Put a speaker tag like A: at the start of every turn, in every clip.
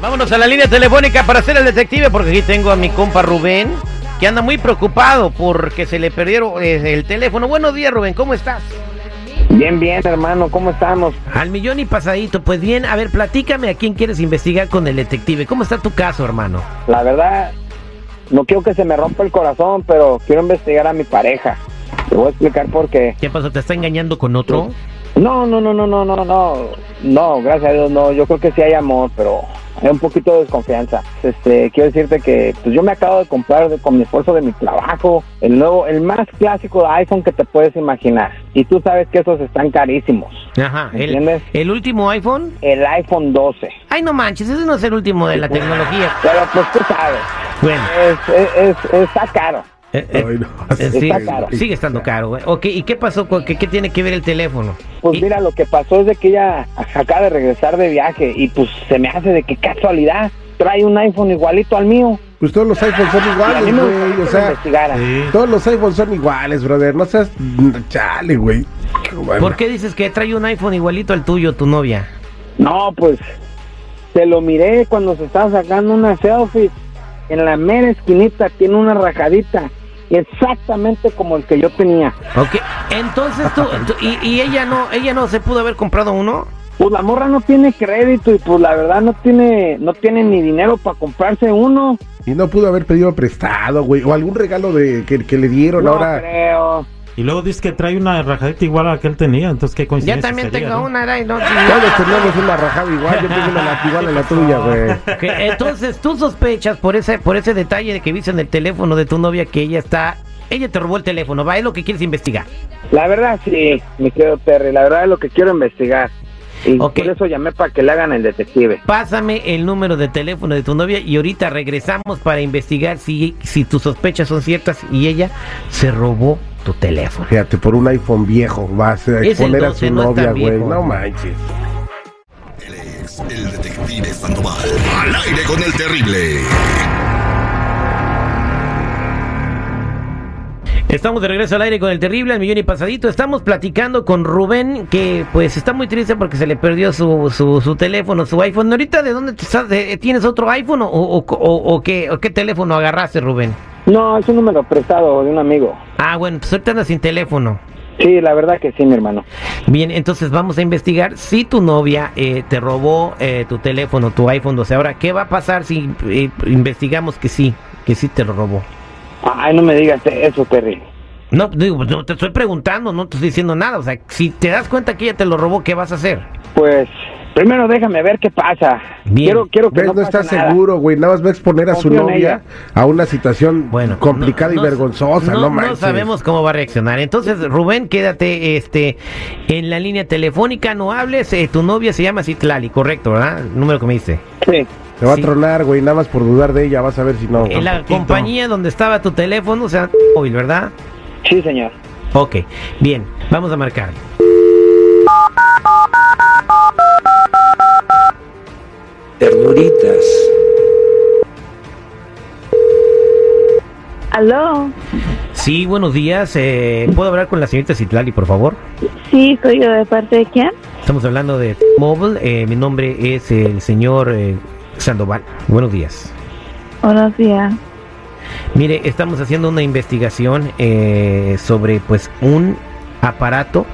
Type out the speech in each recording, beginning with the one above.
A: Vámonos a la línea telefónica para hacer el detective porque aquí tengo a mi compa Rubén que anda muy preocupado porque se le perdieron eh, el teléfono. Buenos días Rubén, ¿cómo estás?
B: Bien, bien, hermano, ¿cómo estamos?
A: Al millón y pasadito, pues bien, a ver, platícame a quién quieres investigar con el detective. ¿Cómo está tu caso, hermano?
B: La verdad, no quiero que se me rompa el corazón, pero quiero investigar a mi pareja. Te voy a explicar por qué.
A: ¿Qué pasó? ¿Te está engañando con otro?
B: No, no, no, no, no, no, no. No, gracias a Dios, no. Yo creo que sí hay amor, pero hay un poquito de desconfianza. Este, quiero decirte que pues yo me acabo de comprar de- con mi esfuerzo de mi trabajo el nuevo, el más clásico iPhone que te puedes imaginar. Y tú sabes que esos están carísimos.
A: Ajá, el,
B: ¿Entiendes?
A: el último iPhone.
B: El iPhone 12.
A: Ay, no manches, ese no es el último de la tecnología.
B: Pero pues tú sabes,
A: Bueno,
B: es- es- es- está caro.
A: eh, eh,
C: Ay, no.
A: eh, sí,
B: Está caro.
A: sigue estando caro, güey. Ok, ¿y qué pasó? con- ¿Qué, qué tiene que ver el teléfono?
B: Pues
A: Y-
B: mira, lo que pasó es de que ella acaba de regresar de viaje y pues se me hace de que casualidad trae un iPhone igualito al mío.
C: Pues todos los iPhones son
B: Y a mí
C: iguales,
B: me gustaría que
C: güey.
B: lo
C: O sea,
B: investigara.
C: todos los iPhones son iguales, brother. No seas. Chale, güey. Qué bueno.
A: ¿Por qué dices que trae un iPhone igualito al tuyo, tu novia?
B: No, pues se lo miré cuando se estaba sacando una selfie. En la mera esquinita tiene una rajadita, exactamente como el que yo tenía.
A: Ok, entonces tú, tú- y, y ella no, ella no se pudo haber comprado uno.
B: Pues la morra no tiene crédito y pues la verdad no tiene, no tiene ni dinero para comprarse uno.
C: Y no pudo haber pedido prestado, güey. O algún regalo de que, que le dieron
B: No
C: ahora.
B: creo.
D: Y luego dices que trae una rajadita igual a la que él tenía, entonces qué
A: Ya
D: coincidencia
A: también
D: Pues sería,
A: tengo
D: ¿no?
A: una, ay, no, sí.
C: Todos tenemos una rajada igual. Yo tengo una la- igual a la tuya, güey.
A: Ok, Entonces tú sospechas por ese, por ese detalle de que viste en el teléfono de tu novia que ella está, ella te robó el teléfono, va, es lo que quieres investigar.
B: La verdad sí, mi querido Terry, la verdad es lo que quiero investigar. Y
A: Ok.
B: por eso llamé para que le hagan el detective.
A: Pásame el número de teléfono de tu novia y ahorita regresamos para investigar si, si tus sospechas son ciertas y ella se robó tu teléfono.
C: Fíjate, por un iPhone viejo vas a
A: el
C: exponer a
A: 12,
C: su
A: no es tan
C: novia, güey.
A: viejo.
C: No manches.
E: Él es el detective Sandoval. Al aire con el terrible.
A: Estamos de regreso al aire con el terrible, al millón y pasadito. Estamos platicando con Rubén, que pues está muy triste porque se le perdió su, su, su teléfono, su iPhone. ¿Ahorita de dónde te estás? ¿De- ¿Tienes otro iPhone o, o, o- o qué, o qué teléfono agarraste, Rubén?
B: No, es un número prestado de un amigo.
A: Ah, bueno, pues ahorita andas sin teléfono.
B: Sí, la verdad que sí, mi hermano.
A: Bien, entonces vamos a investigar si tu novia eh, te robó eh, tu teléfono, tu iPhone 12. Ahora, ¿qué va a pasar si eh, investigamos que sí, que sí te lo robó?
B: Ay, no me digas te- eso, Terry.
A: No, digo, pues, no te estoy preguntando, no te estoy diciendo nada. O sea, si te das cuenta que ella te lo robó, ¿qué vas a hacer?
B: Pues primero déjame ver qué pasa.
A: Bien.
B: Quiero, quiero que
C: ¿Ves? No,
B: no, pase
C: está
B: nada.
C: seguro, güey. Nada más va a exponer a su
B: Confío en
C: novia
B: ella.
C: a una situación complicada
A: no-
C: y
A: no-
C: vergonzosa. No, manches.
A: sabemos cómo va a reaccionar. Entonces, Rubén, quédate este, en la línea telefónica, no hables. eh, tu novia se llama Citlali, correcto, ¿verdad? El número que me diste.
B: Sí.
C: Te va
A: Sí.
C: a tronar, güey. Nada más por dudar de ella. Vas a ver si no.
A: en la
D: poquito.
A: compañía donde estaba tu teléfono, o sea, móvil, ¿verdad?
B: Sí, señor.
A: Ok, bien, vamos a marcar.
F: Ternuritas.
G: Aló,
A: Sí, buenos días. eh, ¿Puedo hablar con la señorita Citlali, por favor?
G: sí, soy yo, ¿de parte de quién?
A: Estamos hablando de Mobile. eh, mi nombre es el señor eh, Sandoval. Buenos días.
G: Buenos días.
A: Mire, estamos haciendo una investigación eh, sobre pues un aparato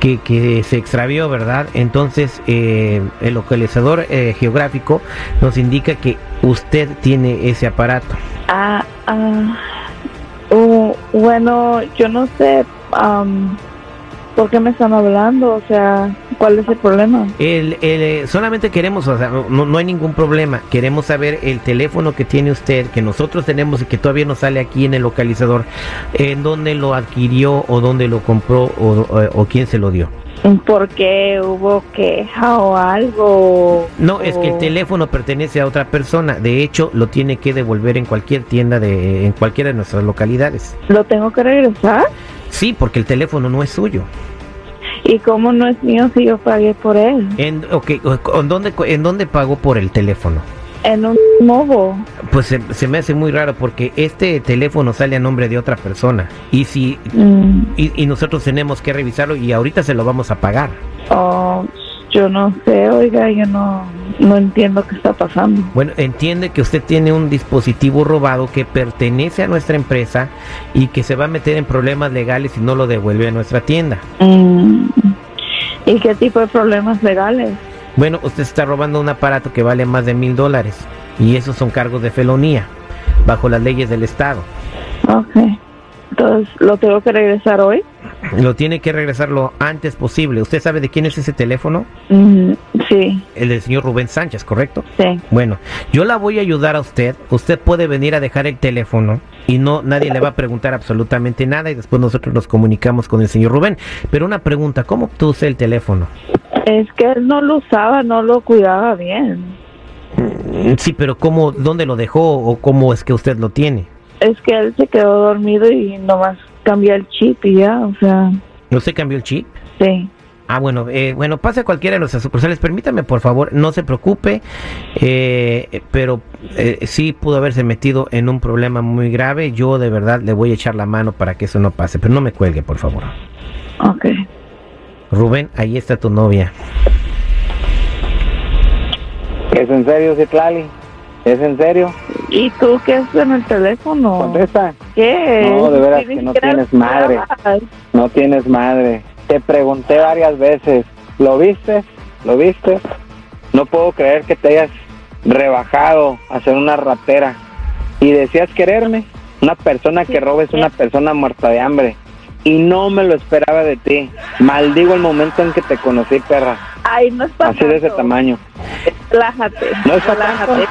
A: que, que se extravió, ¿verdad? Entonces eh, el localizador eh, geográfico nos indica que usted tiene ese aparato.
G: Ah, ah, uh, bueno, yo no sé, am, ¿Por qué me están hablando? O sea, ¿cuál es el problema?
A: El, el, eh, solamente queremos, o sea, no, no hay ningún problema. Queremos saber el teléfono que tiene usted, que nosotros tenemos y que todavía no sale aquí en el localizador, en dónde lo adquirió o dónde lo compró o, o- o quién se lo dio.
G: ¿Por qué hubo queja o algo?
A: No, es que el
G: O-
A: teléfono pertenece a otra persona. De hecho, lo tiene que devolver en cualquier tienda de, en cualquiera de nuestras localidades.
G: ¿Lo tengo que regresar?
A: Sí, porque el teléfono no es suyo.
G: ¿Y cómo no es mío si yo pagué por él?
A: En, ok, o- ¿en dónde, ¿En dónde pagó por el teléfono?
G: En un mobo.
A: Pues se, se me hace muy raro porque este teléfono sale a nombre de otra persona. Y si
G: Mm,
A: y, y nosotros tenemos que revisarlo y ahorita se lo vamos a pagar.
G: oh, yo no sé, oiga, yo no, no entiendo qué está pasando.
A: Bueno, entiende que usted tiene un dispositivo robado que pertenece a nuestra empresa y que se va a meter en problemas legales si no lo devuelve a nuestra tienda.
G: Mm, ¿Y qué tipo de problemas legales?
A: Bueno, usted está robando un aparato que vale más de mil dólares y esos son cargos de felonía bajo las leyes del estado.
G: Ok. Entonces, ¿lo tengo que regresar hoy?
A: Lo tiene que regresar lo antes posible. ¿Usted sabe de quién es ese teléfono?
G: Mm, sí,
A: El del señor Rubén Sánchez, ¿correcto?
G: sí.
A: Bueno, yo la voy a ayudar a usted. Usted puede venir a dejar el teléfono y no nadie le va a preguntar absolutamente nada y después nosotros nos comunicamos con el señor Rubén. Pero una pregunta, ¿cómo obtuvo usted el teléfono?
G: Es que él no lo usaba, no lo cuidaba bien.
A: Mm, Sí, pero ¿cómo dónde lo dejó o cómo es que usted lo tiene?
G: Es que él se quedó dormido y nomás cambié el chip y ya, o sea,
A: ¿Usted cambió el chip?
G: sí.
A: Ah, bueno, eh, bueno, pase a cualquiera de nuestras sucursales. Permítame, por favor, no se preocupe, eh, pero eh, sí pudo haberse metido en un problema muy grave. Yo de verdad le voy a echar la mano para que eso no pase, pero no me cuelgue, por favor.
G: Ok.
A: Rubén, ahí está tu novia.
B: ¿Es en serio, Citlali? ¿Es en serio?
G: ¿Y tú qué haces en el teléfono?
B: Contesta.
G: ¿Qué?
B: Pues, No, de veras
G: Si
B: que
G: ni
B: no
G: siquiera
B: tienes
G: lo
B: madre.
G: usabas.
B: No tienes madre. Te pregunté varias veces. ¿Lo viste? ¿Lo viste? No puedo creer que te hayas rebajado a ser una ratera. Y decías quererme. Una persona que roba es una persona muerta de hambre. Y no me lo esperaba de ti. Maldigo el momento en que te conocí, perra.
G: Ay, no es para
B: Así de ese
G: Pues tanto.
B: tamaño.
G: Relájate.
B: No es para
G: relájate.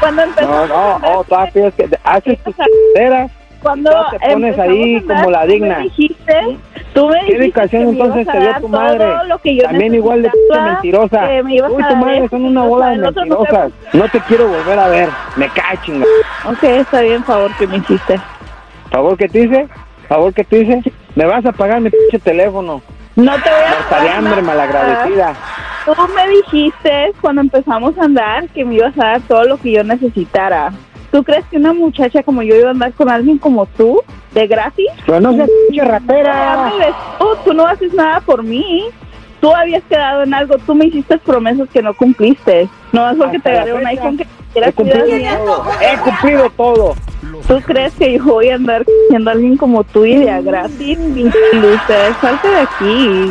G: Cuando
B: No,
G: empezamos
B: no,
G: a
B: oh, todavía pides que te haces tus c***eras.
G: Cuando
B: Ya te pones
G: empezamos
B: ahí
G: a andar,
B: como la
G: tú me
B: digna.
G: dijiste, tú me dijiste
B: educación
G: que me
B: entonces
G: ibas
B: te
G: a
B: dio
G: dar
B: tu madre?
G: todo lo que yo
B: También igual de
G: necesitaba,
B: mentirosa.
G: que me ibas
B: Uy,
G: a
B: tu
G: dar
B: madre
G: esto,
B: son una
G: o
B: bola
G: sea,
B: de
G: el otro no te-
B: mentirosas. No te quiero volver a ver. Me cae, chinga.
G: Ok, está bien, favor que me hiciste.
B: ¿Favor que te hice? ¿Favor que te hice? Me vas a pagar mi pinche teléfono.
G: No te voy a
B: Muerta de
G: pagar
B: hambre,
G: nada.
B: malagradecida.
G: Tú me dijiste cuando empezamos a andar que me ibas a dar todo lo que yo necesitara. ¿Tú crees que una muchacha como yo iba a andar con alguien como tú, de gratis?
B: Pero no seas pinche
G: Ya
B: ratera.
G: me ves tú, tú no haces nada por mí. Tú habías quedado en algo, tú me hiciste promesas que no cumpliste. No es porque
B: Hasta
G: te
B: la
G: agarré un
B: fecha,
G: iPhone que
B: He
G: quieras
B: cumplido todo. He cumplido todo.
G: ¿Tú crees que yo voy a andar siendo alguien como tú y de a gratis? Pinche loser, salte de aquí.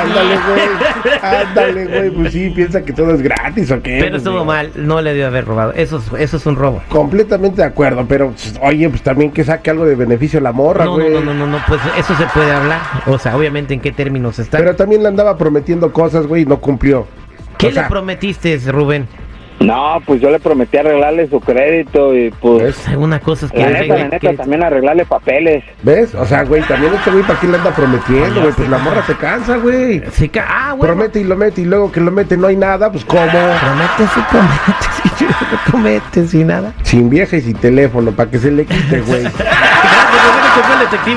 C: Ándale, güey. Ándale, güey. Pues sí, piensa que todo es gratis o qué.
A: Pero
C: Pues,
A: estuvo
C: digo,
A: mal, no le dio haber robado. Eso es, eso es un robo.
C: Completamente de acuerdo, pero pues, oye, pues también que saque algo de beneficio la morra,
A: No, no,
C: güey.
A: no, no, no, no, pues eso se puede hablar. O sea, obviamente en qué términos está.
C: Pero también le andaba prometiendo cosas, güey, y no cumplió.
A: ¿Qué
C: O sea,
A: le prometiste, Rubén?
B: No, pues yo le prometí arreglarle su crédito y pues...
C: ¿Ves?
A: Una cosa es que
B: La neta, la
A: arregle-
B: neta,
A: que-
B: también arreglarle papeles.
C: ¿Ves? O sea, güey, también este güey, ¿para qué le anda prometiendo, güey? Pues la morra se cansa, güey.
A: se ca- ah, bueno.
C: Promete y lo mete, y luego que lo mete no hay nada, pues ¿cómo?
A: Promete, sí, promete, sí, yo no promete, sí, nada.
C: Sin vieja y sin teléfono, para que se le quite, güey.
A: Gracias, Rubén, este fue el detective.